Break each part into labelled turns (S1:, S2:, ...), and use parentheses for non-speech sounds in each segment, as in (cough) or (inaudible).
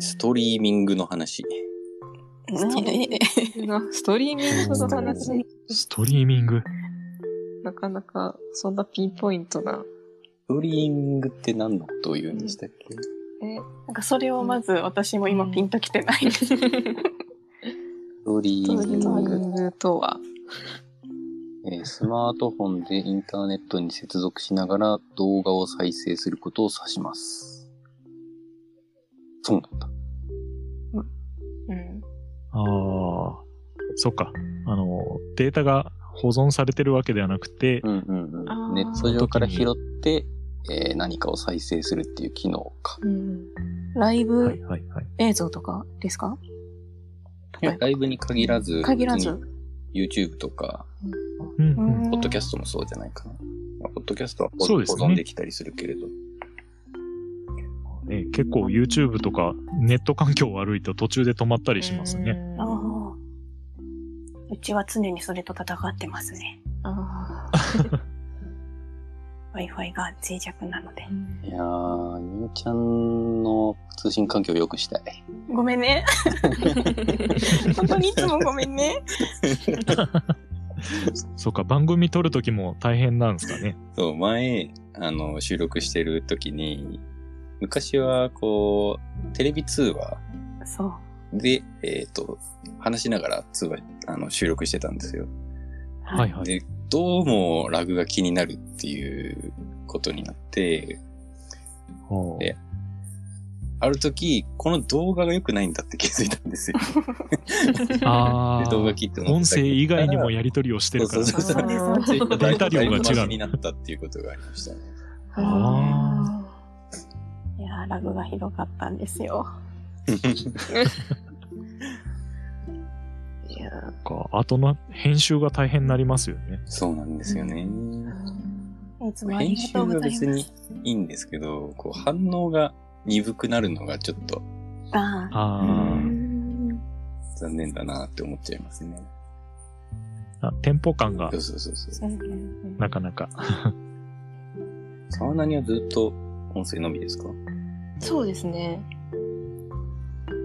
S1: ストリーミングの話。
S2: ストリーミングの話、
S3: ストリーミング。
S2: なかなかそんなピンポイントな。
S1: ストリーミングって何のことを言うんでしたっけ、
S2: え、
S4: なんかそれをまず私も今ピンときてない。
S1: ストリ
S2: ス
S1: ー
S2: トリ
S1: ミ
S2: ー
S1: ン
S2: ミ
S1: グ、
S2: ングとは、
S1: えースマートフォンでインターネットに接続しながら動画を再生することを指します。そうなんだ。
S4: うん。
S3: ああ、そっか。あの、データが保存されてるわけではなくて
S1: う、んうん
S4: あ
S1: う
S4: ー
S1: ん。ネット上から拾って、えー何かを再生するっていう機能か。
S4: (laughs) ライ
S3: はい
S4: ブ
S3: はいはい。
S4: 映像とかですか
S1: いやライブに限らず、
S4: 限らず
S1: 別に YouTube とか、
S3: う
S4: う
S3: んうん。
S4: ん
S1: ポッドキャストもそうじゃないかな。まあポッドキャストは保
S3: そうですね
S1: 保存できたりするけれど。
S3: ね結構 YouTube とかネット環境悪いと途中で止まったりしますね。
S4: あ
S2: あ
S4: あ。うちは常にそれと戦ってますね。
S2: あ
S4: Wi-Fi が脆弱なので。
S1: いやー、ニューちゃんの通信環境を良くしたい。
S4: ごめん (laughs) ね。本当にいつもごめんね。
S3: そっか、番組撮るときも大変なんですかね。
S1: そう、前、あの、収録してる時に、昔はこう、テレビ通話
S4: そう。
S1: で、えっ、と、話しながら通話、あの、収録してたんですよ。
S3: はいはい。
S1: で、どうもラグが気になるっていうことになって、
S3: ほう
S1: えある時、この動画が良くないん (laughs) だって気づいたんですよ。
S3: あ
S1: で動画
S3: あ、
S1: 切って
S3: 音声以外にもやりとりをしてるから。
S1: そうそうそう
S2: そう
S1: そういうこと
S3: データ量が
S1: だい
S3: 違う
S1: ぶマシになったっていうことがありましたね。
S3: あ
S4: いやーラグがひどかったんですよ。
S2: いやー
S3: か。あとの編集が大変になりますよね。
S1: そうなんですよね。
S4: いつもあ
S1: 編
S4: りが
S1: 集
S4: とうご
S1: は
S4: ざい
S1: 別
S4: ま
S1: に
S4: す。
S1: いいんですけど、こう反応が鈍くなるのがちょっと
S4: ああ
S3: あ
S1: う
S4: うん
S1: 残念だなって思っちゃいますね。
S3: あ、テンポ感が
S1: そうそうそうそう。
S4: うん
S3: なかなか。
S1: 沢なにはずっと音声のみですか
S2: そうですね。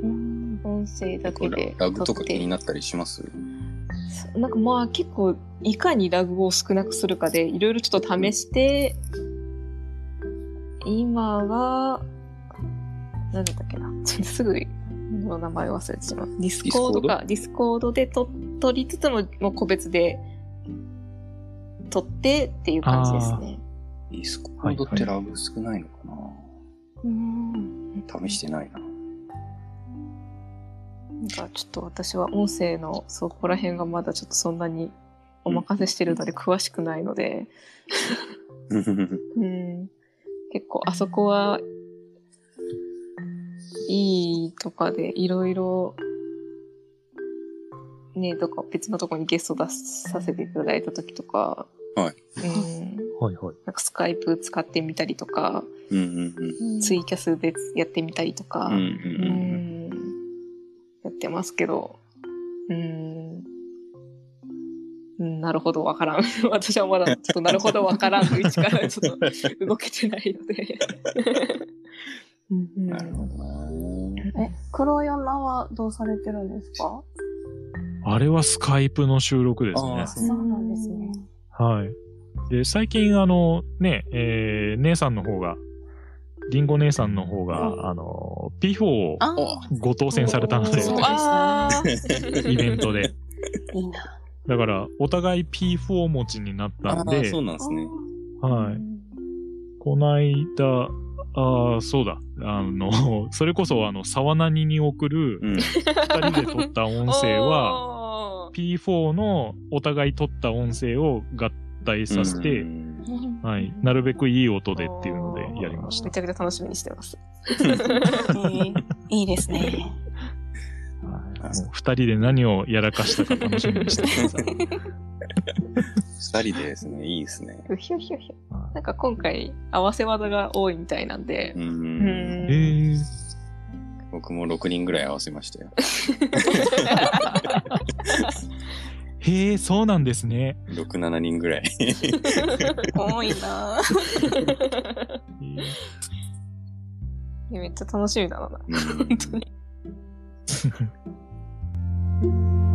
S4: うん
S2: 音声だけで。
S1: ラグとか気になったりします
S2: そうなんかまあ結構いかにラグを少なくするかでいろいろちょっと試して、今は、何だったっけな。ちょっとすぐの名前忘れてしまう。ディスコードか、ディスコードでと撮りつつも、もう個別で撮ってっていう感じですね。
S1: ディスコードってラグ少ないのかな、
S4: うん
S1: 試してないな。
S2: なんかちょっと私は音声のそこら辺がまだちょっとそんなにお任せしてるので詳しくないので、うん、結構あそこはいいとかでいろいろねとか別のとこにゲスト出させていただいた時とか、
S1: はい
S2: うん、
S3: はいはい。
S2: なんかスカイプ使ってみたりとか、
S1: うんうんうん。
S2: ツイキャスでやってみたりとか、
S1: うんうん
S2: う
S1: うん
S2: んやってますけど、うん、うんなるほどわからん。 (laughs) 私はまだちょっとなるほどわ
S3: (laughs)
S2: からんの位置からちょっと動けてないので。うんうん
S1: なるほどな
S4: え、黒山はどうされてるんですか
S3: あれはスカイプの収録です
S1: あ
S3: ね
S1: ー。
S4: そうなんですね。
S3: はい。で、最近、あの、ね、えー、姉さんの方が、リンゴ姉さんの方が、
S4: うん
S3: あの、P4 を
S4: あ
S1: お
S3: ご当選されたので、
S1: そう
S2: ああ、
S3: イベン
S1: (laughs)
S3: トで。
S4: いいな。
S3: だから、お互い P4 持ちになった
S1: あ
S3: ん
S1: ー
S3: で
S1: そ、うなんですね。
S3: はい。こないだ、ああ、そうだ。あの、 (laughs) それこそ、あの、沢谷に送る (laughs)
S1: うん。
S3: 二人で撮った音声は、P4 のお互い撮った音声を合体させて、
S1: うん
S4: うん
S3: はい、なるべくいい音でっていうのでやりました
S2: め。ちゃくちゃ楽しみにしてます。
S4: えーいいです (laughs) ね。
S3: はいもう二人で何をやらかしたか楽しみにしてください。 (laughs)
S1: 二人でですね、いいですね。
S2: うひょひょひょ。
S3: はい
S2: なんか今回合わせ技が多いみたいなんで
S1: う、。
S2: うん
S3: え
S2: (laughs) ん、
S3: ー、
S1: 僕も6人ぐらい合わせましたよ。
S3: へえ、そうなんです (laughs) ね。
S1: 6、7人ぐらい。
S4: 多いな。
S3: へー
S2: えめっちゃ楽しみだな。
S1: うん
S2: 本当に